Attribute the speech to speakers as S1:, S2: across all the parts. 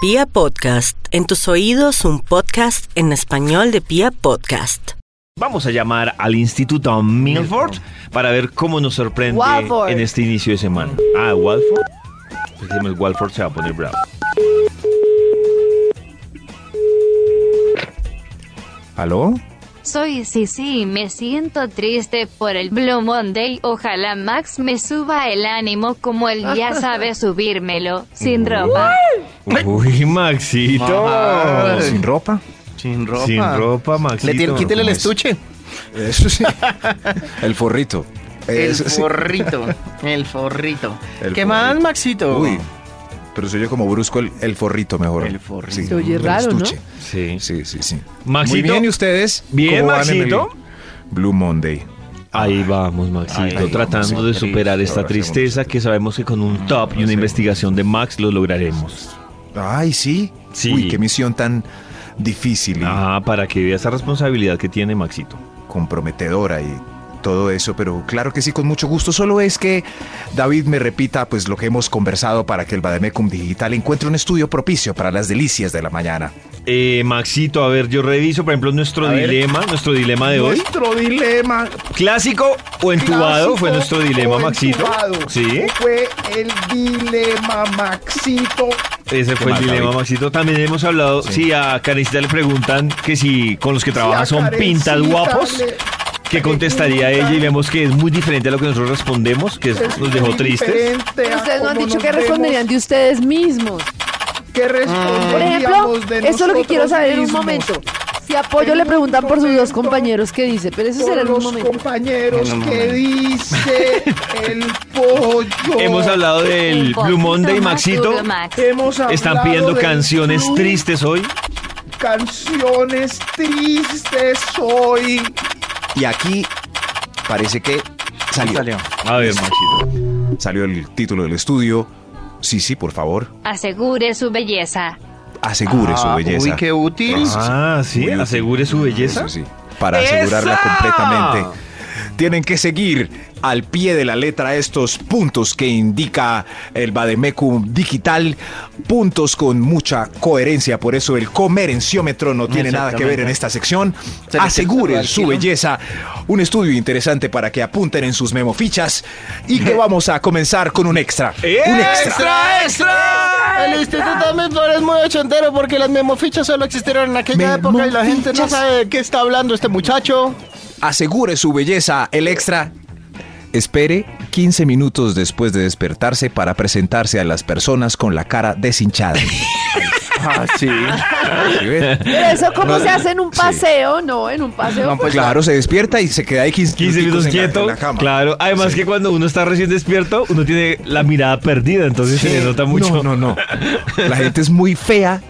S1: Pia Podcast, en tus oídos un podcast en español de Pia Podcast.
S2: Vamos a llamar al Instituto Milford para ver cómo nos sorprende
S3: Walford.
S2: en este inicio de semana. Ah, Walford. Dijimos, El Walford se va a poner bravo.
S4: ¿Aló?
S5: Soy Sisi y me siento triste por el Blue Monday. Ojalá Max me suba el ánimo como él ya sabe subírmelo, sin ropa.
S2: Uy, Maxito.
S4: ¿Todo ¿Sin ropa?
S6: Sin ropa.
S2: Sin ropa, Maxito.
S6: Le tiene- quítele el estuche.
S4: Eso sí. El forrito.
S6: El
S4: Eso sí.
S6: forrito. El forrito.
S4: El
S6: ¿Qué más,
S4: forrito.
S6: Maxito?
S4: Uy, pero soy yo como brusco el, el forrito mejor.
S6: El forrito.
S4: Sí,
S3: Se oye
S4: el
S3: raro, ¿no?
S4: estuche.
S2: Sí.
S4: Sí, sí, sí.
S2: Maxito.
S4: Muy bien, ¿y ustedes?
S2: Bien,
S4: ¿Cómo van en el
S2: Maxito.
S4: Blue Monday.
S2: Ahí vamos, Maxito,
S6: Ahí vamos,
S2: tratando de
S6: Maxito.
S2: superar esta
S4: Ahora sí,
S2: tristeza que sabemos que con un top y una
S4: sí.
S2: investigación de Max lo lograremos.
S4: Ay, sí.
S2: Sí.
S4: Uy, qué misión tan difícil y
S2: Ah, para que vea esa responsabilidad que tiene Maxito.
S4: comprometedora y todo eso, pero claro que sí, con mucho gusto. Solo es que David me repita pues lo que hemos conversado para que el Bademecum Digital encuentre un estudio propicio para las delicias de la mañana.
S2: Eh, Maxito, a ver, yo reviso, por ejemplo, nuestro
S6: A ver.
S2: dilema, nuestro dilema de hoy.
S4: Nuestro dilema.
S2: ¿Clásico o entubado?
S4: clásico
S2: Fue nuestro dilema,
S4: o
S2: Maxito.
S4: entubado.
S2: Sí,
S4: Fue el dilema, Maxito.
S2: ese fue el
S4: mal,
S2: dilema,
S4: David.
S2: Maxito. También hemos hablado, si a Karencita le preguntan que si con los que trabaja
S4: a
S2: son pintas
S4: Karencita
S2: guapos,
S4: le-
S2: que contestaría ella y vemos que es muy diferente a lo que nosotros respondemos, que es- nos dejó tristes.
S3: Pero ustedes no han dicho que responderían de ustedes mismos.
S7: ¿Qué
S3: Por ejemplo, eso es lo que quiero saber en un momento. Si apoyo le preguntan por sus dos compañeros, ¿qué dice? Pero eso será en un momento.
S7: compañeros
S6: En un
S7: que
S6: momento.
S7: dice el pollo.
S2: Hemos hablado del
S5: El
S2: Blue Monday,
S5: poquito más
S2: Maxito.
S5: duro, Max.
S7: Hemos
S2: Están
S7: hablado
S2: pidiendo
S7: de
S2: canciones
S7: Blue,
S2: tristes hoy.
S7: Canciones tristes hoy.
S4: Y aquí parece que salió.
S6: Salió.
S2: A ver, Maxito.
S4: Salió el título del estudio. Sí, sí, por favor,
S5: Asegure su belleza.
S4: asegure su
S6: Ah,
S4: belleza.
S6: Uy, qué útil.
S4: Ah,
S2: Ah, sí,
S4: Muy útil.
S2: asegure su belleza.
S4: Eso sí, para asegurarla
S2: ¡Esa!
S4: completamente. Tienen que seguir al pie de la letra estos puntos que indica el Bademecum Digital, puntos con mucha coherencia, por eso el comerenciómetro no tiene nada que ver en
S6: Exactamente.
S4: esta sección.
S6: Se le
S4: Aseguren
S6: quita el
S4: su
S6: kilo.
S4: belleza, un estudio interesante para que apunten en sus memofichas y que vamos a comenzar con un extra. Un extra.
S6: ¡Extra, extra! El Instituto Milford es muy ochentero porque las memofichas solo existieron en aquella época y la gente no
S4: Memofichas.
S6: sabe de qué está hablando este muchacho.
S4: Asegure su belleza, el extra. Espere 15 minutos después de despertarse para presentarse a las personas con la cara deshinchada.
S6: Ah, sí.
S4: ¿Sí ven?
S3: Pero eso cómo
S4: No,
S3: se hace en un
S4: sí.
S3: paseo, no, en un paseo.
S6: No, pues,
S4: claro, se despierta y se queda ahí 15,
S2: 15 minutos
S4: en la- en
S2: quieto.
S4: la cama.
S2: Claro. Además
S4: Sí.
S2: que cuando uno está recién despierto, uno tiene la mirada perdida, entonces se le nota mucho.
S4: No, no, no. La gente es muy fea,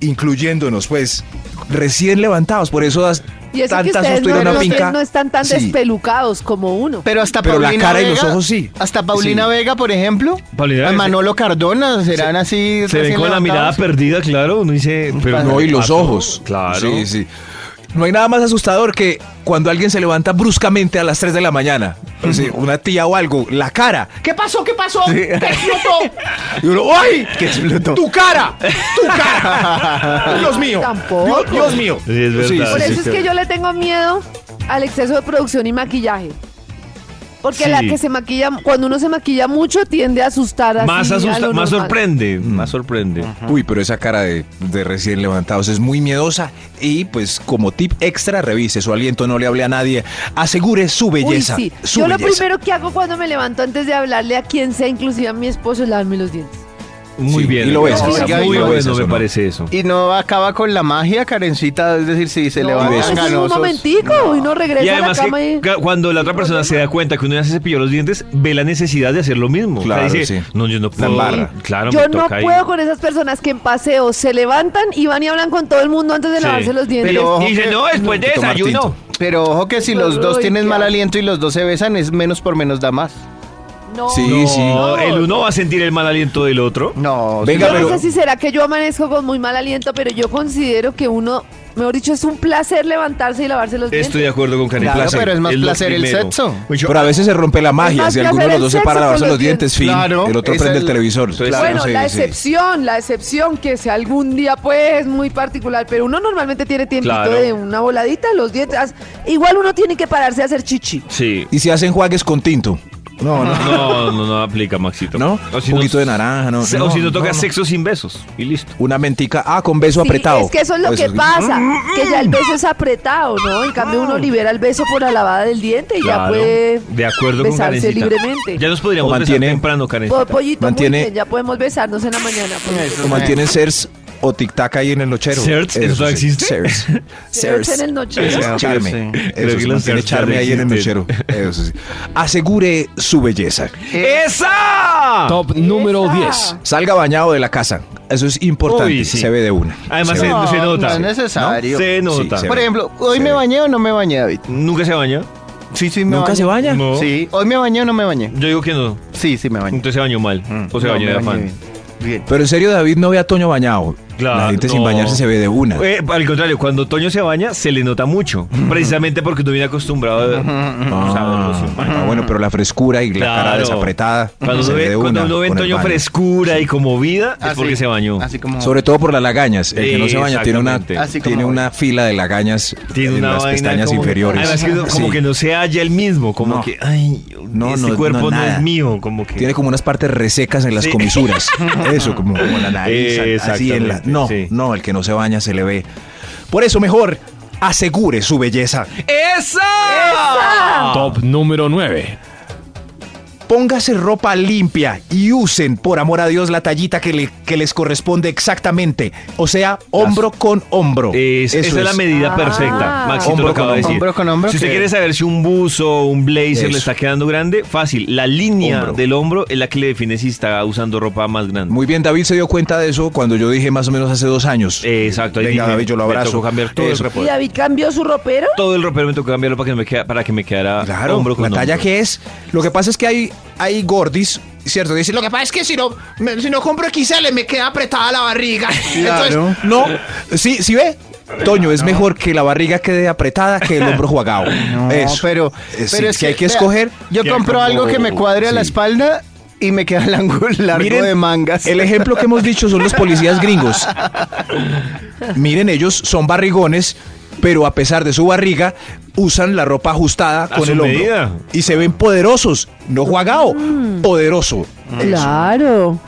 S4: incluyéndonos, pues, recién levantados. Por eso das
S3: Y eso que
S4: tantas
S3: ustedes
S4: susto
S3: no,
S4: en una
S3: ustedes
S4: pinca.
S3: no están tan
S4: Sí.
S3: despelucados como uno.
S6: Pero hasta
S4: Pero la
S6: Paulina
S4: cara y
S6: Vega,
S4: los ojos sí.
S6: Hasta Paulina
S4: Sí.
S6: Vega, por ejemplo.
S2: Paulina
S6: a
S2: Vega,
S6: Manolo Cardona serán así.
S2: Se ven
S6: recién
S2: con la
S6: levantados.
S2: mirada perdida, claro. Uno dice, pero
S4: No, y los
S2: Ah,
S4: ojos.
S2: Claro.
S4: Sí, sí. No hay nada más asustador que cuando alguien se levanta bruscamente a las 3 de la mañana. Pues Sí, una tía o algo, la cara.
S7: ¿Qué pasó? ¿Qué pasó? ¿Qué explotó?
S4: Y uno, ¡ay! ¡Que explotó! ¡Tu cara! ¡Tu cara! ¡Dios mío!
S3: Tampoco.
S4: ¡Dios, Dios mío!
S2: Sí, es verdad.
S4: Sí,
S3: Por
S4: sí,
S3: eso es
S4: sí.
S3: que yo le tengo miedo al exceso de producción y maquillaje. Porque
S2: Sí.
S3: la que se maquilla, cuando uno se maquilla mucho, tiende a asustar así
S2: Más
S3: a
S2: asusta,
S3: lo
S2: más
S3: normal.
S2: sorprende.
S4: Mm.
S2: Más sorprende.
S4: Uy, pero esa cara de, de recién levantados es muy miedosa. Y pues como tip extra, revise su aliento, no le hable a nadie. Asegure su
S3: Uy,
S4: belleza.
S3: sí.
S4: su
S3: Yo lo
S4: belleza.
S3: primero que hago cuando me levanto antes de hablarle a quien sea, inclusive a mi esposo, es lavarme los dientes.
S2: Muy
S4: Sí,
S2: bien.
S4: y lo
S2: Muy
S4: ves,
S6: oiga,
S2: muy
S6: y lo
S4: ves,
S2: bueno
S4: eso
S2: me
S4: no.
S2: parece eso.
S6: Y no acaba con la magia, Karencita. Es decir, si se
S3: No, eso
S6: levantan
S3: es un
S6: ganosos.
S3: momentico y uno regresa
S2: Y
S3: a la
S2: además
S3: cama
S2: que
S3: y...
S2: ca- cuando la otra persona se da cuenta que uno ya se cepilló los dientes, ve la necesidad de hacer lo mismo. O sea,
S4: Claro,
S2: dice,
S4: sí.
S2: no, yo no
S4: La
S2: puedo.
S4: embarra.
S2: Claro, me
S3: Yo no
S2: toca ahí.
S3: puedo con esas personas que en paseo se levantan y van y hablan con todo el mundo antes de
S2: Sí.
S3: lavarse los dientes.
S6: Pero-
S2: Y dice, no, después de
S4: Hay que tomar
S2: desayuno.
S4: tinto.
S6: Pero ojo que si los dos
S3: Uy,
S6: tienen
S3: qué
S6: mal
S3: asco.
S6: aliento y los dos se besan, es menos por menos da más.
S3: no.
S4: Sí, sí.
S2: No, el uno va a sentir el mal aliento del otro.
S6: No,
S4: Venga,
S3: yo no
S4: pero-
S3: sé si será que yo amanezco con muy mal aliento, pero yo considero que uno mejor dicho, es un placer levantarse y lavarse los dientes.
S2: Estoy de acuerdo con Karen
S6: Claro,
S2: Plaza,
S6: pero es más
S2: lo
S6: placer el
S2: primero.
S6: sexo.
S2: Mucho-
S4: Pero a veces se rompe la magia.
S3: Pues más
S4: Si
S3: que
S4: alguno de
S3: hacer
S4: los
S3: el
S4: dos se
S3: sexo
S4: para a lavarse
S3: con
S4: los
S3: los
S4: dientes, fin.
S6: Claro,
S4: el otro
S6: es
S4: prende el,
S6: el-
S4: televisor.
S2: Claro,
S3: Pues bueno,
S4: sí,
S3: la
S4: sí.
S3: excepción, la excepción, que sea algún día pues muy particular, pero uno normalmente tiene tiempito
S2: Claro.
S3: de una voladita, los dientes. as- Igual uno tiene que pararse a hacer chichi.
S2: Sí.
S4: Y si hacen juagues con tinto. No, no.
S2: No, no, no aplica, Maxito.
S4: ¿No?
S2: O si
S4: Un poquito de naranja, no,
S2: se-
S4: no,
S2: o si no
S4: no,
S2: tocas
S4: no.
S2: sexo sin besos. Y listo.
S4: Una mentica. Ah, con beso
S3: Sí,
S4: apretado. Pues
S3: Es que eso es lo que
S4: Besos-
S3: pasa, que ya el beso es apretado, ¿no? En cambio uno libera el beso por la lavada del diente y ya
S2: Claro.
S3: puede
S2: De acuerdo con
S3: besarse
S2: Karencita.
S3: libremente.
S2: Ya nos podríamos
S4: O mantiene-
S2: besar temprano, Karen.
S3: Po- pollito,
S4: Mantiene-
S3: muy bien, ya podemos besarnos en la mañana. pues. pollito.
S4: O mantienen CERS o tic-tac ahí en el nochero.
S2: ¿Certs? ¿Eso
S4: sí,
S2: existe?
S4: CERS.
S3: Certs en el nochero.
S4: Eso es charme.
S2: Creo
S4: Eso
S2: que
S4: sí,
S2: los
S4: mantiene
S2: certs ya
S4: charme ahí en el
S2: existen.
S4: nochero. Eso sí. Asegure su belleza.
S2: ¡Esa!
S8: Top número
S3: Esa.
S8: 10.
S4: Salga bañado de la casa. Eso es importante.
S2: Uy, sí.
S4: Se ve de una.
S2: Además,
S4: Se
S2: se,
S4: ve.
S6: No,
S2: se
S6: no
S2: nota.
S6: es necesario.
S2: Se nota.
S4: Sí, se
S6: eh. Por
S4: ve.
S6: ejemplo, ¿hoy
S4: Se
S6: me
S4: ve.
S6: bañé o no me bañé, David?
S2: ¿Nunca se baña?
S6: Sí, sí, me
S4: ¿Nunca
S6: bañé.
S4: se baña?
S2: No.
S6: Sí, hoy me bañé o no me bañé.
S2: Yo digo que no.
S6: Sí, sí, me bañé.
S2: Entonces se bañó mal. O se
S6: No,
S2: bañó
S6: me
S2: de
S6: bañé
S2: afán.
S6: bien. Bien.
S4: Pero en serio, David no ve a Toño bañado.
S2: Claro,
S4: la gente sin
S2: no.
S4: bañarse se ve de una.
S2: Eh, al contrario, cuando Toño se baña, se le nota mucho. Precisamente porque no viene acostumbrado a
S4: Ah,
S2: saberlo sin baño.
S4: ah, bueno, pero la frescura y la cara
S2: Claro.
S4: desapretada.
S2: Cuando
S4: se
S2: uno
S4: ve de
S2: ve, cuando
S4: una
S2: uno ve en
S4: con el
S2: Toño
S4: baño. Ah,
S2: frescura y conmovida, es
S6: Así,
S2: porque se bañó.
S6: Así como...
S4: Sobre todo por las lagañas. El que no se baña tiene una,
S2: Exactamente.
S6: Así como
S4: tiene
S6: hoy.
S4: una fila de lagañas
S2: Tiene
S4: en
S2: una
S4: las
S2: vaina
S4: pestañas
S2: como-
S4: inferiores.
S2: Además que no- como
S4: Sí.
S2: que no se halla el mismo, como
S4: No.
S2: que, ay,
S4: No,
S2: este
S4: no,
S2: cuerpo
S4: no,
S2: no,
S4: nada.
S2: es mío, como que...
S4: Tiene como unas partes resecas en las
S2: Sí.
S4: comisuras. Eso, como, como la nariz.
S2: Eh,
S4: así en la-
S2: exactamente,
S4: no,
S2: sí.
S4: no, el que no se baña se le ve. Por eso mejor asegure su belleza.
S2: ¡Esa!
S8: Top número 9.
S4: Póngase ropa limpia y usen, por amor a Dios, la tallita que, le- que les corresponde exactamente. O sea, hombro con hombro.
S2: Es-
S4: Eso
S2: esa es la medida
S3: Ah.
S2: perfecta. Maxito
S4: Hombro
S2: lo acaba
S4: con
S2: de decir.
S6: hombro con hombro,
S2: si usted
S6: que-
S2: quiere saber si un buzo o un blazer
S4: Eso.
S2: le está quedando grande, fácil. La línea
S4: Hombro.
S2: del hombro es la que le define si está usando ropa más grande.
S4: Muy bien, David se dio cuenta de eso cuando yo dije más o menos hace dos años.
S2: Eh, Exacto. ahí
S4: Venga,
S2: dije,
S4: David, yo lo
S2: me
S4: abrazo.
S2: tocó cambiar todo
S4: Eso.
S2: el
S3: ¿Y
S2: ropero.
S3: David cambió su ropero?
S2: Todo el ropero me tocó cambiarlo para que me, queda- para que me
S6: Ah,
S2: quedara
S4: Claro,
S2: hombro con
S4: la talla
S2: hombro.
S4: que es. Lo que pasa es que hay, hay gordis, ¿cierto? Dicen, lo que pasa es que si no, me- si no compro XL me queda apretada la barriga. Entonces, no, sí, sí ve. Toño, es mejor que la barriga quede apretada que el hombro jugado.
S6: No,
S4: Eso.
S6: pero,
S4: Eh, sí,
S6: pero es
S4: que, hay que escoger.
S6: vea, Yo
S2: que
S6: compro
S2: como-
S6: algo que me cuadre a la
S4: sí.
S6: espalda y me queda el ángulo largo
S4: Miren,
S6: de mangas.
S4: El ejemplo que hemos dicho son los policías gringos. Miren, ellos son barrigones, pero a pesar de su barriga, usan la ropa ajustada con
S2: su
S4: el hombro.
S2: medida.
S4: Y se ven poderosos, no jugado,
S6: Mm.
S4: poderoso.
S3: Claro.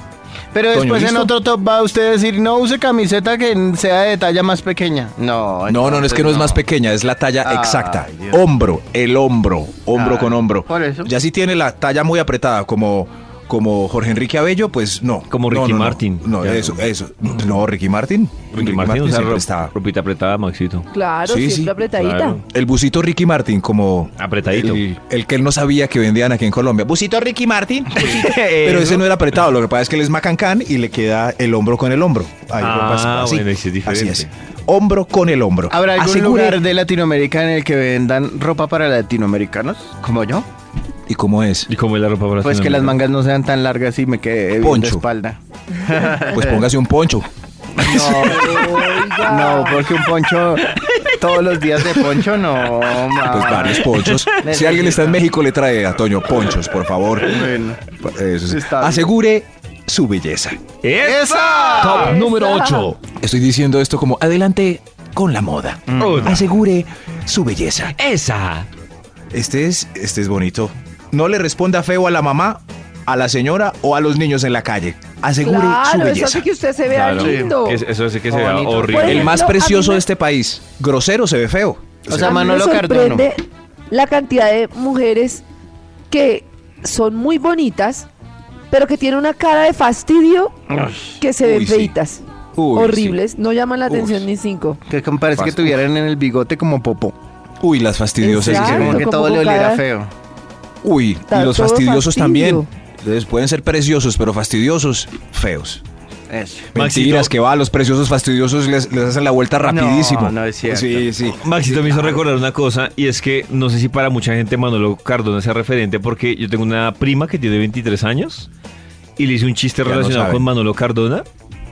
S6: Pero
S4: Toño,
S6: después en
S4: ¿listo?
S6: otro top va usted a decir, no use camiseta que sea de talla más pequeña. No,
S4: No, no, no, es que no es
S6: entonces
S4: más pequeña, es la talla
S6: Ay,
S4: exacta.
S6: Dios.
S4: Hombro, el hombro, hombro
S6: Ah,
S4: con hombro.
S6: por eso.
S4: Ya si tiene la talla muy apretada como, como Jorge Enrique Abello, pues no.
S2: Como
S4: No,
S2: Ricky
S4: no, no.
S2: Martin.
S4: No,
S2: Ya.
S4: eso, eso. No, Ricky Martin.
S2: Ricky Martin usa
S4: siempre
S2: ro-
S4: estaba.
S2: ropita apretada, Maxito.
S3: Claro,
S4: Sí,
S3: siempre
S4: sí,
S3: apretadita.
S2: claro.
S4: El busito Ricky Martin, como
S2: Apretadito.
S4: el, el que él no sabía que vendían aquí en Colombia. Busito Ricky Martin. busito. Pero
S2: Eso.
S4: ese no era apretado, lo que pasa es que él es macancán y le queda el hombro con el hombro. Ahí
S2: Ah,
S4: lo pasa así.
S2: bueno, ese es diferente.
S4: Así es. Hombro con el hombro.
S6: ¿Habrá algún
S4: Asegure-
S6: lugar de Latinoamérica en el que vendan ropa para latinoamericanos? ¿Como yo?
S4: ¿Y cómo es?
S2: ¿Y cómo es la ropa para
S6: Pues que las mangas no sean tan largas y me quede bien de
S4: Poncho.
S6: espalda.
S4: Pues póngase un poncho.
S6: No, porque un poncho, todos los días de poncho, no,
S2: Ah.
S6: ma.
S4: Pues varios ponchos. Si
S6: Necesita.
S4: alguien está en México, le trae a Toño ponchos, por favor.
S6: Bueno.
S4: Eso sí.
S6: Está bien.
S4: Asegure su belleza.
S2: ¡Esa!
S8: Top número 8.
S4: Estoy diciendo esto como adelante con la moda.
S2: Una.
S4: Asegure su belleza.
S2: ¡Esa!
S4: Este es, este es bonito. No le responda feo a la mamá, a la señora o a los niños en la calle. Asegure su
S3: Claro, eso
S4: belleza.
S3: hace que usted se vea
S2: Claro.
S3: lindo.
S2: Es- eso hace que se vea
S6: Bonito.
S3: Por
S2: horrible.
S4: El
S3: ejemplo,
S4: más
S3: a mí
S4: precioso
S3: me-
S4: de este país. Grosero se ve feo.
S6: O sea,
S3: A mí me
S6: Manolo Cardona.
S3: sorprende la cantidad de mujeres que son muy bonitas, pero que tienen una cara de fastidio que se ven
S4: Uy, sí.
S3: feitas.
S4: Uy, sí.
S3: horribles, no llaman la atención
S4: Uy.
S3: ni cinco.
S6: Que como parece que
S4: Pasa.
S6: tuvieran en el bigote como popó.
S4: Uy, las fastidiosas.
S3: Exacto.
S4: que se ven.
S6: Como que
S3: como
S6: todo le
S3: bocada.
S6: oliera feo.
S4: Uy,
S3: Ta-
S4: y los
S3: todo
S4: fastidiosos
S3: fastidio.
S4: también. Entonces pueden ser preciosos, pero fastidiosos, feos.
S6: Eso.
S4: Mentiras
S2: Maxito.
S4: que va, los preciosos fastidiosos les, les hacen la vuelta rapidísimo.
S6: no es cierto.
S4: Sí, sí.
S2: Maxito me hizo recordar una cosa y es que no sé si para mucha gente Manolo Cardona sea referente porque yo tengo una prima que tiene 23 años y le hice un chiste
S4: Ya no
S2: relacionado
S4: sabe.
S2: con Manolo Cardona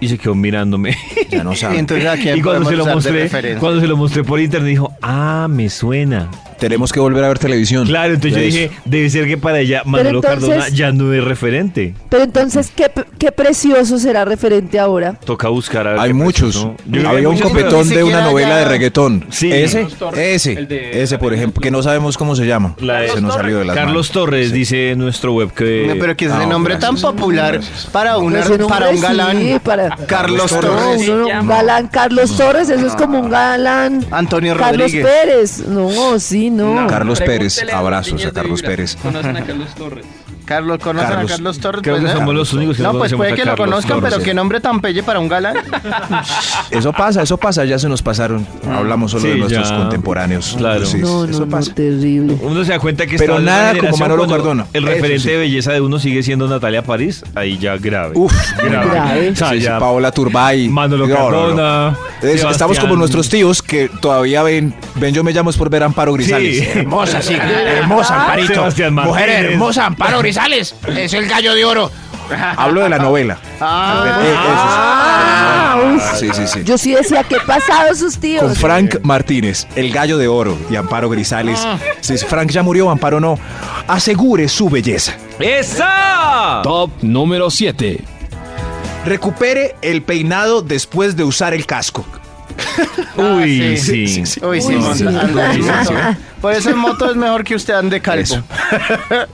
S2: y se quedó mirándome.
S4: Ya no saben.
S6: Entonces, ¿a quién
S2: Y cuando
S6: podemos
S2: se lo
S6: usar de
S2: mostré,
S6: referencia?
S2: cuando se lo mostré por internet dijo, ah, me suena.
S4: Tenemos que volver a ver televisión.
S2: Claro, entonces yo
S4: Eso.
S2: dije, debe ser que para ella Manolo
S3: entonces-
S2: Cardona ya no es referente.
S3: Pero entonces, ¿qué, p- qué precioso será referente ahora?
S2: Toca buscar a ver
S4: Hay
S2: qué
S4: muchos.
S2: preciso. Yo creo que hay
S4: Había un
S2: muchos,
S6: pero
S4: copetón
S6: ni
S4: de una
S6: siquiera
S4: novela
S6: ya-
S4: de reggaetón.
S2: Sí.
S4: Ese,
S2: Carlos
S4: ese, ese, por ejemplo, que no sabemos cómo se llama.
S2: La de-
S4: se nos salió de
S2: pero
S4: las
S2: Carlos
S4: manos.
S2: Torres dice en nuestro web que...
S6: No, pero que es
S4: no,
S2: ah,
S6: de nombre
S4: gracias.
S6: tan popular para, un
S3: Pues
S6: ar-
S3: en un
S6: para un
S3: hombre,
S6: galán.
S3: sí, para-
S6: Carlos
S4: Carlos
S6: Torres.
S3: No, no, no, un galán Carlos Torres, eso es como un galán.
S6: Antonio
S3: Carlos
S6: Rodríguez.
S3: Pérez. No, sí, no.
S4: Carlos Pérez,
S9: Pregúntele los
S4: abrazos
S9: niños
S4: a
S9: de
S4: Carlos
S9: Vibra.
S4: Pérez.
S9: Conocen a Carlos Torres.
S6: Carlos, ¿conocen
S4: Carlos.
S6: a Carlos Torres?
S2: Creo que
S6: Pues,
S2: somos
S6: ¿no?
S2: los únicos que
S6: No, pues
S2: conocemos
S6: puede
S2: a
S6: que lo
S2: Carlos
S6: conozcan,
S2: Torres.
S6: pero qué nombre tan pelle para un galán.
S4: Eso pasa, eso pasa, ya se nos pasaron. Hablamos solo
S2: Mm. Sí,
S4: de nuestros
S2: ya.
S4: contemporáneos.
S2: Claro.
S4: Sí,
S3: No,
S4: eso
S3: no, no,
S4: pasa.
S3: terrible.
S2: Uno se da cuenta que
S4: Pero
S2: está en una
S4: nada como
S2: generación
S4: Manolo
S2: cuando
S4: Cardona.
S2: El
S4: Eso
S2: referente
S4: sí.
S2: de belleza de uno sigue siendo Natalia París, ahí ya grave.
S4: Uf,
S2: grave.
S3: grave.
S2: O sea,
S4: Sí, sí,
S2: ya
S4: Paola Turbay.
S2: Manolo
S4: No, no, no.
S2: Cardona.
S4: Es- estamos
S2: Sebastián.
S4: como nuestros tíos que todavía ven, ven yo me llamo es por ver a Amparo Grisales.
S2: Sí.
S4: Hermosa, sí,
S2: hermosa, Amparito. Sebastián Martínez. Mujer hermosa,
S4: Amparo Grisales. Es el gallo de oro. Hablo de la novela. Eh, eso sí. sí, sí, sí.
S3: Yo sí decía, ¿qué pasado sus tíos?
S4: Con Frank Martínez, el gallo de oro y Amparo Grisales. Si Frank ya murió, Amparo no. Asegure su belleza.
S2: ¡Esa!
S8: Top número 7.
S4: Recupere el peinado después de usar el casco.
S2: Uy,
S6: Ah,
S2: sí.
S6: sí. Uy, sí,
S3: Uy,
S6: monta-
S3: sí.
S6: anda en
S4: Sí,
S6: moto.
S4: sí,
S6: Por eso en moto es mejor que usted ande calvo.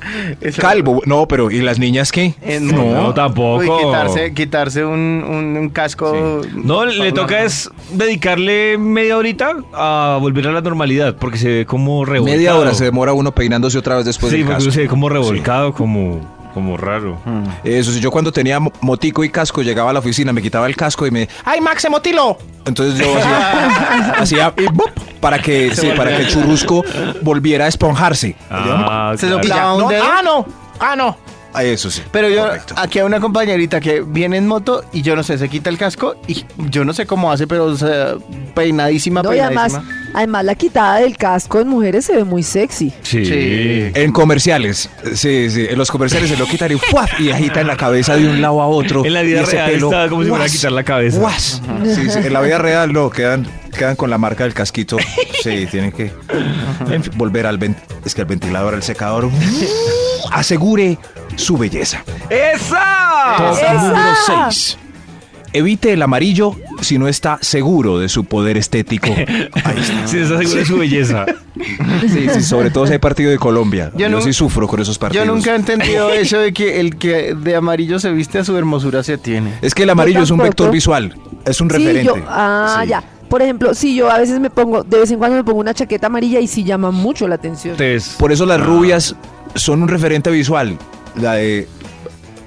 S4: Eso. Calvo. No, pero ¿y las niñas qué?
S6: En
S2: No,
S6: moto.
S2: tampoco.
S6: Uy, quitarse, quitarse un, un- un casco.
S2: No, le toca es dedicarle media horita a volver a la normalidad, porque se ve como revolcado.
S4: Media hora se demora uno peinándose otra vez después
S2: Sí,
S4: del
S2: porque
S4: casco. Mm.
S2: se ve como revolcado, como, como raro.
S4: Eso sí, yo cuando tenía mo- motico y casco llegaba a la oficina, me quitaba el casco y me... ¡Ay, Max, se motilo! Entonces yo hacía... hacía y ¡bup! para que, sí, para que el churrusco volviera a esponjarse.
S2: Ah,
S6: Se lo
S4: Y ya,
S6: clava un
S4: no,
S6: dedo.
S4: ¡Ah, no! ¡Ah, no! Ah, Eso sí.
S6: Pero yo,
S4: correcto.
S6: aquí hay una compañerita que viene en moto y yo no sé, se quita el casco y yo no sé cómo hace, pero o sea, peinadísima,
S3: No, y además,
S6: peinadísima.
S3: además la quitada del casco en mujeres se ve muy sexy.
S2: Sí.
S6: Sí.
S4: En comerciales, sí, sí, en los comerciales se lo quitan y, ¡fuaf! y agitan la cabeza de un lado a otro.
S2: En la vida
S4: y ese
S2: real
S4: pelo,
S2: está como si fuera a
S4: ¡guas!
S2: quitar la cabeza.
S4: ¡guas! Sí, sí, en la vida real no, quedan, quedan con la marca del casquito. Sí, tienen que en fin, volver al ven- es que el ventilador, el secador. ¡uh! Asegure su belleza.
S2: ¡Esa!
S8: Top número 6.
S4: Evite el amarillo si no está seguro de su poder estético. Ahí está.
S2: Si está seguro de su belleza.
S4: Sí, sí, sobre todo si hay partido de Colombia. Yo,
S6: Yo nu-
S4: sí sufro con esos
S6: Yo
S4: partidos.
S6: nunca he entendido eso de que el que de amarillo se viste a su hermosura se tiene.
S4: Es que el amarillo es un
S3: tampoco.
S4: vector visual, es un
S3: Sí,
S4: referente.
S3: yo, ah,
S4: Sí.
S3: ya. Por ejemplo, sí, yo a veces me pongo, de vez en cuando me pongo una chaqueta amarilla y sí llama mucho la atención.
S2: Entonces,
S4: Por eso las rubias son un referente visual. La de.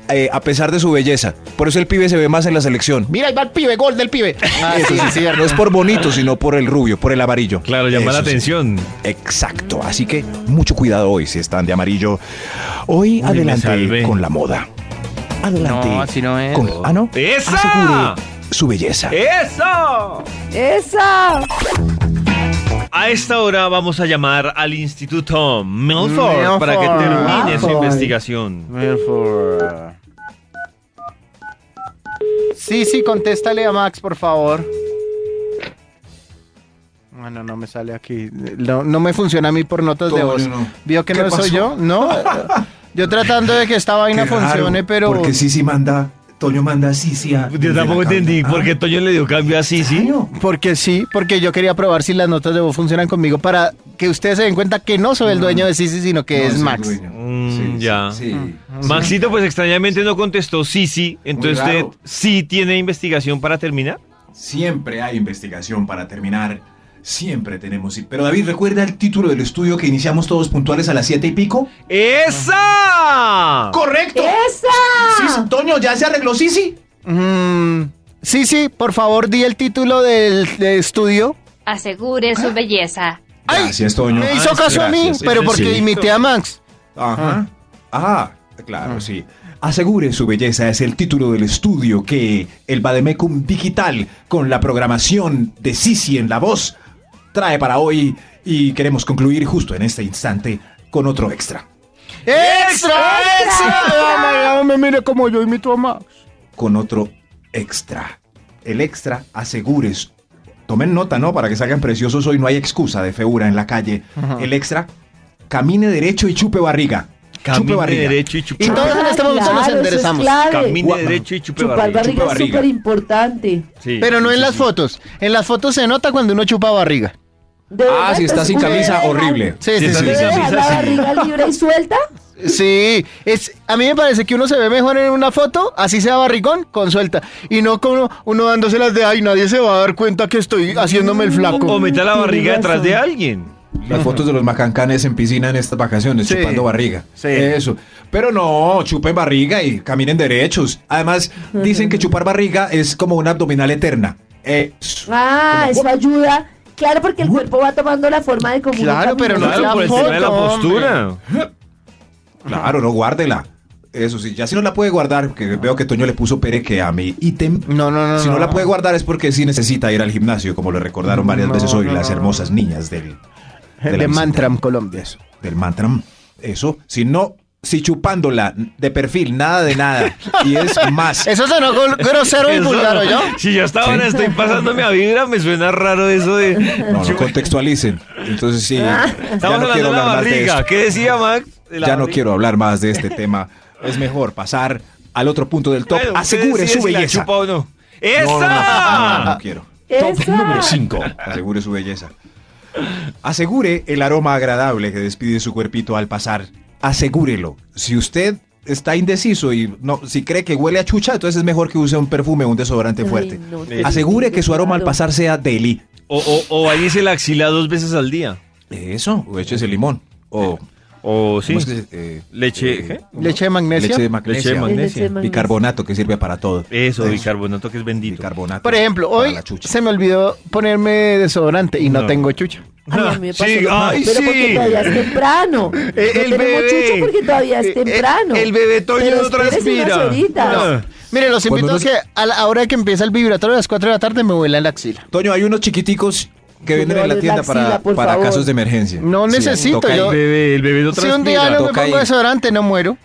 S4: eh, a pesar de su belleza. Por eso el pibe se ve más en la selección. Mira, ahí va el pibe, gol del pibe.
S6: Ah, sí, es
S4: No
S6: cierto.
S4: es por bonito, sino por el rubio, por el amarillo.
S2: claro, llama
S4: Eso
S2: la
S4: sí. Ah,
S2: atención.
S4: Exacto. Así que mucho cuidado hoy si están de amarillo. Hoy
S2: me
S4: adelante
S2: salvé.
S4: con la moda. Adelante.
S6: No, así no es.
S4: con- ah, no.
S2: ¡Esa!
S4: Asegure su belleza.
S2: ¡Eso!
S3: ¡Esa!
S2: A esta hora vamos a llamar al Instituto Milford,
S6: Milford.
S2: para que termine su
S3: Milford.
S2: investigación.
S6: Milford. Sí, sí, contéstale a Max, por favor. Bueno, no me sale aquí. No, no me funciona a mí por notas de
S4: Toño,
S6: voz.
S4: no.
S6: ¿Vio que
S4: ¿Qué
S6: no soy
S4: pasó?
S6: yo? No. Yo tratando de que esta vaina
S4: Qué raro,
S6: funcione, pero.
S4: Porque Sisi manda. Toño manda a Sisi a. ¿Ah?
S2: Yo tampoco entendí por qué Toño le dio cambio así, ¿sí?
S6: Porque sí, porque yo quería probar si las notas de voz funcionan conmigo para que ustedes se den cuenta que no soy el dueño de Sisi, sino que es Max.
S2: Mm, ya. Maxito, pues extrañamente no contestó sí, sí. Entonces
S4: Muy
S2: usted
S4: raro.
S2: sí tiene investigación para terminar.
S4: Siempre hay investigación para terminar. Siempre tenemos. Pero David, ¿recuerda el título del estudio que iniciamos todos puntuales a las siete y pico?
S2: Ah. ¡Esa!
S4: ¡Correcto!
S3: ¡Esa!
S4: Toño, ¿ya se arregló Sisi?
S6: Mm, sí, sí, por favor, di el título del, del estudio.
S5: Asegure su belleza.
S6: ¡Ay!
S4: Gracias, Toño.
S6: Me hizo caso a mí,
S4: gracias.
S6: pero porque
S4: Sí.
S6: imité a Max.
S4: Ajá. Ah, claro, sí. Asegure su belleza es el título del estudio que el Bademecum Digital, con la programación de Sisi en la voz, trae para hoy y queremos concluir justo en este instante con otro extra.
S6: ¡Extra, extra! Ay, ay, ay, me mire como yo imito a Max.
S4: Con otro extra. El extra asegures. Tomen nota, ¿no? Para que salgan preciosos hoy no hay excusa de feura en la calle. El extra, camine derecho y chupe barriga.
S2: Camine
S4: chupe barriga.
S2: derecho y chupe
S6: Y
S2: barriga.
S6: todos en este momento nos
S3: eso es
S6: enderezamos.
S3: clave.
S2: Camine
S4: Gua-
S2: derecho y chupe
S3: Chupar
S2: barriga.
S3: barriga
S4: Chupa
S3: es
S4: barriga.
S3: súper importante.
S2: Sí,
S6: Pero no
S2: sí,
S6: en
S2: sí,
S6: las
S2: sí.
S6: fotos. En las fotos se nota cuando uno chupa barriga.
S4: Ah, si está sin camisa, horrible.
S6: Sí,
S2: Sí,
S6: sí, sí.
S2: sí,
S3: ¿Puede
S2: sí.
S3: dejar la barriga libre y suelta?
S6: Sí, es, a mí me parece que uno se ve mejor en una foto, así sea barrigón, con suelta. Y no como uno dándoselas de, ay, nadie se va a dar cuenta que estoy haciéndome el
S2: O,
S6: flaco.
S2: o meta la
S3: Tienes
S2: barriga detrás
S3: razón.
S2: de alguien.
S4: Las fotos de los macancanes en piscina en estas vacaciones,
S6: Sí.
S4: chupando barriga.
S6: Sí.
S4: Eso. Pero no, chupen barriga y caminen derechos. Además, dicen que chupar barriga es como una abdominal eterna. Eso.
S3: Ah, eso ayuda. Claro, porque el cuerpo va tomando la forma de comunicar.
S6: Claro, pero no
S2: Claro,
S6: la
S2: por el tema de la
S6: foto,
S2: postura.
S6: Ah.
S4: Claro, no, guárdela. Eso sí, ya si no la puede guardar, que veo que Toño le puso pere que a mi ítem.
S6: No, no, no,
S4: Si no,
S6: no.
S4: la puede guardar es porque sí necesita ir al gimnasio, como le recordaron varias veces hoy las hermosas niñas del,
S6: De,
S4: la visita.
S6: Mantram, Colombia.
S4: Eso, del mantram. Eso, si no, si chupándola de perfil, nada de nada. Y es más.
S6: Eso sonó gol- grosero y
S2: Eso,
S6: vulgar, yo.
S2: Si yo estaba en estoy pasándome a vibra, me suena raro eso de.
S4: No, no contextualicen. Entonces sí, ya
S2: Estamos hablando
S4: no quiero
S2: de la
S4: hablar más de
S2: barriga.
S4: esto.
S2: ¿Qué decía Max? De la
S4: Ya no
S2: barriga.
S4: quiero hablar más de este tema. Es mejor pasar al otro punto del top.
S2: Bueno, usted
S4: Asegure
S2: decide
S4: su
S2: si la
S4: belleza.
S2: chupa o no.
S4: No, no, no, no, no, no
S2: ¡Esa!
S4: quiero.
S8: Top
S3: Esa.
S8: número 5.
S4: Asegure su belleza. Asegure el aroma agradable que despide su cuerpito al pasar. Asegúrelo. Si usted está indeciso y no, si cree que huele a chucha, entonces es mejor que use un perfume o un desodorante
S3: Ay,
S4: fuerte.
S3: no, te
S4: Asegure
S3: digo,
S4: que su aroma al
S3: claro.
S4: pasar sea deli.
S2: O, o, o bañese la axila dos veces al día.
S4: Eso, o échese limón. O
S2: O sí.
S4: ¿cómo es que se- eh,
S2: Leche-
S4: eh,
S2: ¿qué?
S6: Leche de magnesia.
S4: Leche
S2: Leche de
S4: de magnesia.
S2: magnesia.
S3: Leche de magnesia.
S4: Bicarbonato que sirve para todo.
S2: Eso, bicarbonato que es bendito.
S4: Bicarbonato.
S6: Por ejemplo,
S4: para
S6: hoy
S4: la chucha.
S6: se me olvidó ponerme desodorante y no,
S2: No.
S6: tengo chucha.
S3: Ay, a mí me pasó
S2: Sí,
S3: lo mismo,
S2: ay,
S3: pero porque
S2: sí.
S3: todavía es temprano.
S2: Eh,
S3: no
S2: el
S3: tenemos
S2: bebé.
S3: chucho porque todavía
S2: Eh, eh,
S3: es temprano.
S2: el bebé Toño
S3: Pero
S2: no
S3: espérese
S2: transpira.
S3: unas horitas.
S2: No.
S6: Mire, los
S4: Cuando
S6: invito a
S4: uno-
S6: que a la hora que empieza el vibratorio a las 4 de la tarde me vuela la axila.
S4: Toño, hay unos chiquiticos que venden
S3: No me
S4: en la
S3: vale la
S4: tienda
S3: axila,
S4: para,
S3: por
S4: para
S3: favor.
S4: casos de emergencia.
S6: No
S4: Sí,
S6: necesito,
S4: toca
S6: yo-
S4: ahí.
S2: El bebé, el bebé no
S6: Si un
S2: transpira.
S6: día no me
S4: toca
S6: pongo
S4: ahí.
S6: desodorante no muero.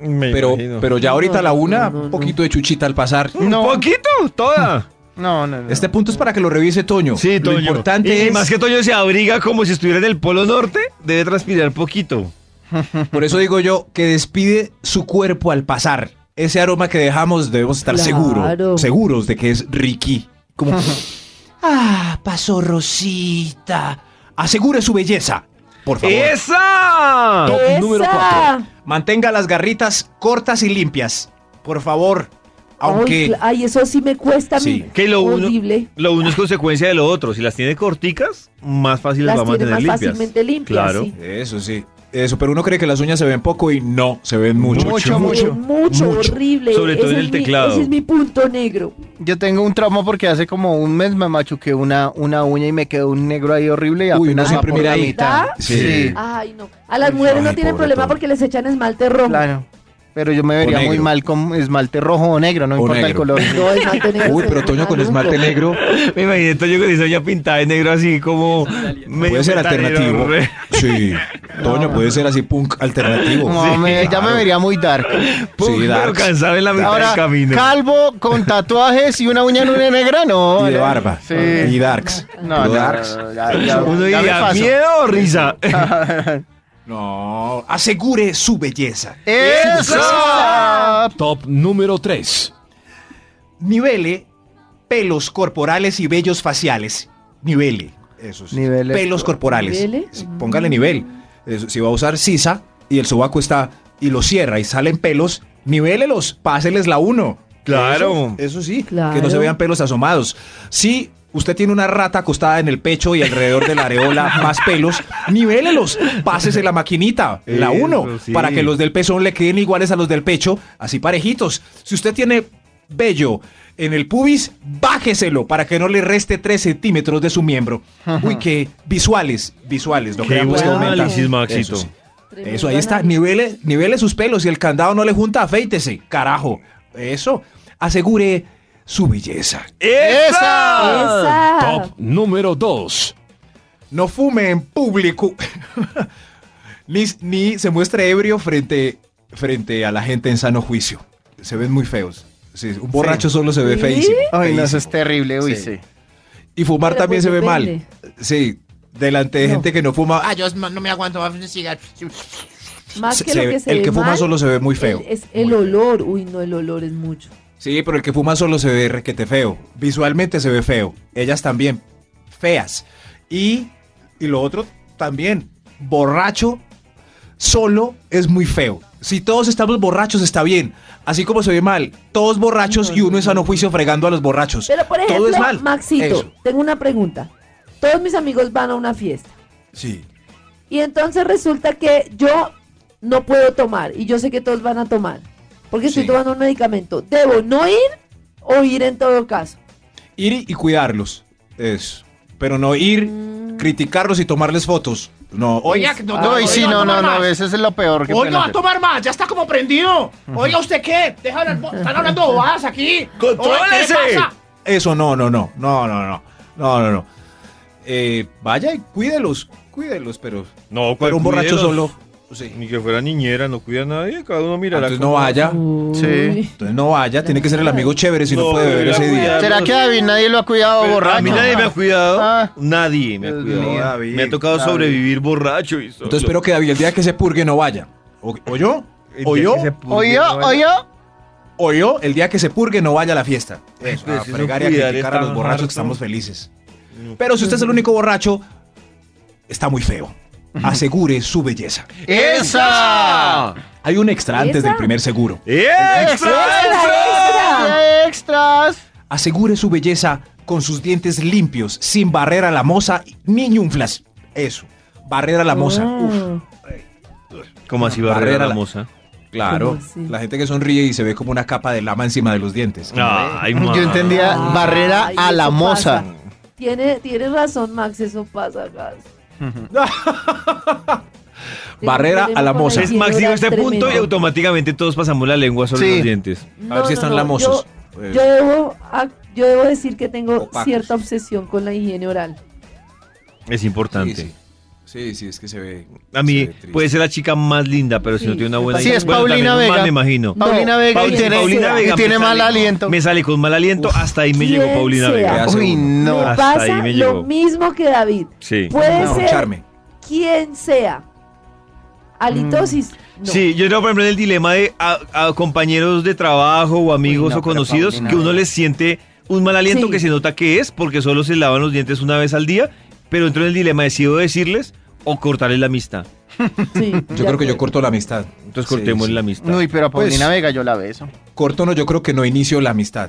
S2: Me
S4: Pero,
S2: imagino.
S4: pero ya ahorita a la
S3: No,
S4: una,
S3: no, no,
S4: un poquito de chuchita al pasar.
S2: Un
S6: No.
S2: poquito, toda.
S6: No, no, no.
S4: Este punto es para que lo revise Toño. Lo importante
S2: y,
S4: es,
S2: y más que Toño se abriga como si estuviera en el Polo Norte, debe transpirar poquito.
S4: por eso digo yo, que despide su cuerpo al pasar. Ese aroma que dejamos debemos estar
S3: Claro.
S4: seguros, seguros de que es Ricky. Como, ah, pasó Rosita. Asegure su belleza, por favor.
S2: ¡Esa!
S4: Top número
S3: ¡Esa!
S4: 4. Mantenga las garritas cortas y limpias, por favor. Aunque...
S3: Ay, cl- ay, eso sí me cuesta a mí.
S4: Sí.
S2: Que lo uno,
S3: Horrible.
S2: lo uno es consecuencia de lo otro. Si las tiene corticas, más fácil las,
S3: Las
S2: va a
S3: tiene
S2: mantener
S3: más
S2: limpias.
S3: fácilmente limpias.
S2: Claro.
S3: sí.
S4: Eso sí. Eso, pero uno cree que las uñas se ven poco y no, se ven mucho.
S6: Mucho,
S3: Pero
S6: mucho.
S3: mucho,
S4: Mucho.
S3: horrible.
S2: Sobre todo
S3: Ese
S2: en el
S3: es mi-
S2: teclado.
S3: ese es mi punto negro.
S6: Yo tengo un trauma porque hace como un mes me machuqué una, una uña y me quedó un negro ahí horrible y
S4: Uy, uno
S6: apenas va
S4: siempre
S6: por
S4: mira
S6: la
S4: ahí.
S6: mitad.
S3: ¿Ah?
S4: Sí.
S6: Sí,
S3: Ay, no. A las mujeres no
S4: Ay,
S3: tienen
S4: pobre
S3: problema
S4: Toño.
S3: porque les echan esmalte rojo.
S6: claro. Pero yo me vería muy
S4: negro.
S6: mal con esmalte rojo o negro, no
S4: O
S6: importa el
S4: negro.
S6: color.
S3: No, esmalte negro.
S4: Uy,
S3: se
S4: pero
S3: ve
S4: Toño con
S3: maluco.
S4: esmalte negro
S2: Me imaginé Toño con esa uña pintada de negro así como... medio
S4: puede ser
S2: metalero,
S4: alternativo.
S2: re-
S4: Sí. Toño puede ser así punk alternativo.
S6: No, me- ya me
S4: claro.
S6: vería muy dark.
S2: Pum,
S4: Sí,
S2: pero
S4: darks.
S2: cansado en la mitad
S6: Ahora,
S2: del camino.
S6: calvo con tatuajes y una uña en una negra, no.
S4: Y de
S6: vale.
S4: barba.
S6: Sí.
S4: Y darks.
S6: No,
S4: Pero
S6: no,
S4: darks.
S6: no, ya- ya-
S2: Uno
S6: ya me
S2: diría,
S6: paso.
S2: ¿miedo o risa?
S4: No. Asegure su belleza.
S6: ¡Eso!
S8: Top número 3.
S4: Nivele pelos corporales y vellos faciales. Nivele. Eso sí.
S6: Nivele.
S4: Pelos corporales.
S3: Nivele.
S4: Sí, Póngale nivel. Eso, si va a usar sisa y el sobaco está y lo cierra y salen pelos, nivelelos, páseles la uno.
S2: Claro.
S4: Eso, eso sí,
S3: Claro.
S4: que no se vean pelos asomados. Si usted tiene una rata acostada en el pecho y alrededor de la areola más pelos, nivelelos, pásese la maquinita, la
S2: Eso
S4: uno,
S2: sí.
S4: para que los del pezón le queden iguales a los del pecho, así parejitos. Si usted tiene vello en el pubis, bájeselo para que no le reste 3 centímetros de su miembro. Uy, que visuales, visuales. Lo
S2: Qué
S4: que han puesto
S2: buen
S4: aumenta.
S2: análisis, Maxito.
S4: Eso, sí.
S3: Tremendo
S4: Eso, ahí está.
S3: análisis.
S4: Nivele, nivele sus pelos. Si el candado no le junta, afeítese. Carajo. Eso. Asegure su belleza.
S2: ¡Esa!
S3: Esa.
S8: Top número 2.
S4: No fume en público. ni, ni se muestre ebrio frente, frente a la gente en sano juicio. Se ven muy feos. Sí, un borracho solo se ve
S3: ¿Sí?
S4: feísimo.
S6: Ay, no, eso
S4: feísimo.
S6: es terrible, uy,
S4: Sí.
S6: sí.
S4: Y fumar
S3: Pero
S4: también
S3: pues
S4: se ve mal.
S3: depende.
S4: Sí, delante de gente que no fuma.
S9: Ah, yo no no me aguanto, vamos a llegar.
S3: Más
S4: Se-
S3: que
S4: se
S3: Ah, lo
S4: ve-
S3: que se
S4: el
S3: ve
S4: que fuma
S3: mal,
S4: solo se ve muy feo.
S3: el- es el olor. Uy, no, el olor es mucho.
S4: Sí, pero el que fuma solo se ve requete feo. Visualmente se ve feo. Ellas también, feas. Y, y lo otro también, borracho, solo es muy feo. Si todos estamos borrachos está bien. Así como se ve mal, todos borrachos y uno en sano juicio fregando a los borrachos.
S3: Pero por ejemplo,
S4: Todo es mal.
S3: Maxito,
S4: Eso.
S3: tengo una pregunta. Todos mis amigos van a una fiesta.
S4: Sí.
S3: Y entonces resulta que yo no puedo tomar. Y yo sé que todos van a tomar. Porque estoy
S4: Sí.
S3: tomando un medicamento. ¿Debo no ir o ir en todo caso?
S4: Ir y cuidarlos. Eso. Pero no ir,
S3: Mm.
S4: criticarlos y tomarles fotos. No, oye.
S9: Oiga, no,
S6: No, y sí,
S9: oiga,
S6: Ah, no,
S9: toma
S6: no, no,
S9: más.
S6: eso es lo peor que
S9: Hoy
S6: pueden
S9: no va a
S6: hacer.
S9: tomar más, ya está como prendido. Oiga, ¿usted qué? Deja hablar, bo- están hablando bobadas aquí. Oiga, ¿Qué le pasa?
S4: Eso no, no, no, no, no, no, no, no, no. Eh, vaya y cuídelos, cuídelos, pero,
S2: No, pues
S4: pero un borracho solo. Ah,
S2: Ni que fuera niñera, no cuida a nadie, cada uno mirará.
S4: Entonces no
S2: cómo-
S4: vaya,
S6: Sí.
S4: entonces no vaya, tiene que ser el amigo chévere si no,
S2: No,
S4: puede beber
S2: debería
S4: ese día.
S2: cuidar.
S6: ¿Será que a David nadie lo ha cuidado
S2: Pero
S6: borracho?
S2: A mí nadie me ha cuidado.
S6: Ah.
S2: Nadie me ha
S6: Dios
S2: cuidado.
S6: mío,
S4: David,
S2: me ha tocado
S6: David.
S2: sobrevivir borracho. Y solo.
S4: Entonces espero que David el día que se purgue no vaya. O, o yo,
S2: El
S4: o
S2: día
S4: yo,
S2: que se pudre,
S6: Oye,
S2: no vaya.
S6: oye.
S4: o yo, el día que se purgue no vaya a la fiesta.
S2: Pues,
S4: Eso,
S2: pues,
S4: a
S2: si no
S4: fregar y a
S2: cuidar
S4: criticar a
S2: está
S4: los borrachos que
S2: harto.
S4: estamos felices. Pero si usted es el único borracho, está muy feo. Asegure su belleza.
S6: ¡Esa!
S4: Hay un extra antes
S3: ¿Esa?
S4: del primer seguro.
S2: ¡Extra, extra!
S6: ¡Extras!
S4: Asegure su belleza con sus dientes limpios, sin barrer a la moza ni ñunflas. Eso, barrer a la moza.
S3: Ah,
S2: Mm.
S4: Uf,
S2: ¿Cómo así va a
S4: Barrera
S2: la
S4: la-
S2: moza?
S4: claro,
S3: ¿Cómo así? Ah.
S4: la gente que sonríe y se ve como una capa de lama encima de los dientes.
S2: Ay, ma.
S6: Yo entendía
S3: Ay,
S6: barrera a
S3: eso
S6: la
S3: pasa.
S6: moza.
S3: Tiene, tiene razón, Max, eso pasa, Gas.
S4: Barrera a la moza.
S2: Es Max dijo este punto y
S3: Tremendo.
S2: automáticamente todos pasamos la lengua sobre
S6: Sí.
S2: los dientes.
S4: A ver si están lamosos.
S3: Yo,
S4: Eh.
S3: yo debo, ac- yo debo decir que tengo
S4: Opacos.
S3: cierta obsesión con la higiene oral.
S2: Es importante.
S4: Sí, sí. Sí, sí, es que se ve.
S2: A mí pues,
S4: se ve triste.
S2: puede ser la chica más linda, pero si
S3: Sí,
S2: no tiene una
S3: me
S2: buena
S3: parece
S6: Sí, es
S2: Bueno, también
S6: Paulina
S2: un
S6: Vega.
S2: man, me imagino.
S6: Paulina Vega y
S3: Paulina-
S6: tiene,
S3: Paulina
S6: y
S3: Vega
S6: tiene
S2: me
S6: mal
S2: sale-
S6: aliento.
S2: Me sale con mal aliento, hasta ahí me
S3: Quien
S2: llegó Paulina
S3: sea.
S2: Vega.
S4: hace
S6: Uy,
S4: uno.
S6: no.
S3: me
S2: hasta ahí
S3: pasa
S2: me llegó.
S3: lo mismo que David.
S2: Sí.
S3: Puede
S4: No,
S3: ser
S4: charme.
S3: quien sea. Halitosis. no.
S2: Sí, yo tengo por ejemplo en el dilema de a, a compañeros de trabajo o amigos
S6: Uy, no,
S2: o conocidos
S6: pero Paulina
S2: que uno
S6: Vega.
S2: les siente un mal aliento
S3: Sí.
S2: que se nota que es porque solo se lavan los dientes una vez al día, pero entro en el dilema de si debo decirles o cortarles la amistad.
S3: Sí, de
S4: Yo creo que yo
S3: acuerdo.
S4: corto la amistad.
S2: pues. Entonces
S4: Sí,
S2: cortemos
S4: sí.
S2: la amistad.
S6: Uy, pero a Paulina
S4: Pues-
S6: Vega yo la beso.
S4: Corto no, yo creo que no inicio la amistad.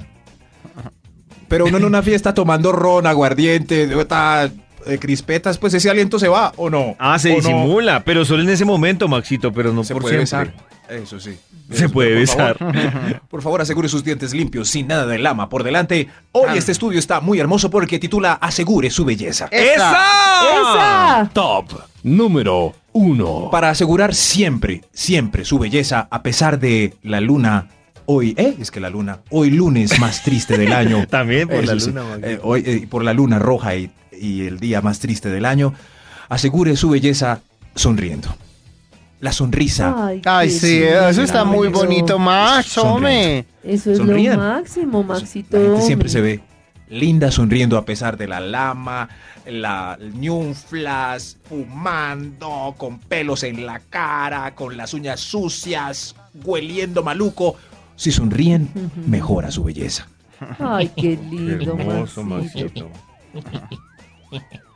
S4: Pero uno en una fiesta tomando ron, aguardiente, ta, eh, crispetas, pues ese aliento se va, ¿o no?
S2: Ah, se
S4: ¿O no?
S2: disimula, pero solo en ese momento, Maxito, pero no
S4: se
S2: por
S4: puede
S2: siempre.
S4: besar. Eso sí.
S2: Se
S4: Eso,
S2: puede
S4: por
S2: besar.
S4: favor. por favor, asegure sus dientes limpios, sin nada de lama por delante. Hoy
S2: Ah.
S4: este estudio está muy hermoso porque titula Asegure su belleza.
S2: Eh.
S3: ¡Esa!
S8: Top número 1.
S4: Eh, Para asegurar siempre, siempre su belleza, a pesar de la luna. Hoy, eh, es que la luna, hoy lunes más triste del año.
S2: También por la
S4: Eso sí.
S2: luna, Maxito.
S4: Eh, hoy, eh, por la luna roja y, y el día más triste del año. Asegure su belleza sonriendo. La sonrisa.
S3: Ah,
S6: Ay,
S3: qué
S6: sí,
S3: lindo.
S6: eso está muy
S3: Eso-
S6: bonito, Max, hombre.
S3: Eso es
S4: Sonrían.
S3: lo máximo, Maxito.
S4: Pues, La gente
S3: hombre.
S4: siempre se ve linda sonriendo a pesar de la lama, la ñunflas, fumando, con pelos en la cara, con las uñas sucias, hueliendo maluco. Si sonríen, mejora su belleza.
S3: Ay, qué lindo,
S2: Hermoso,
S3: Maxito.
S2: Maxito.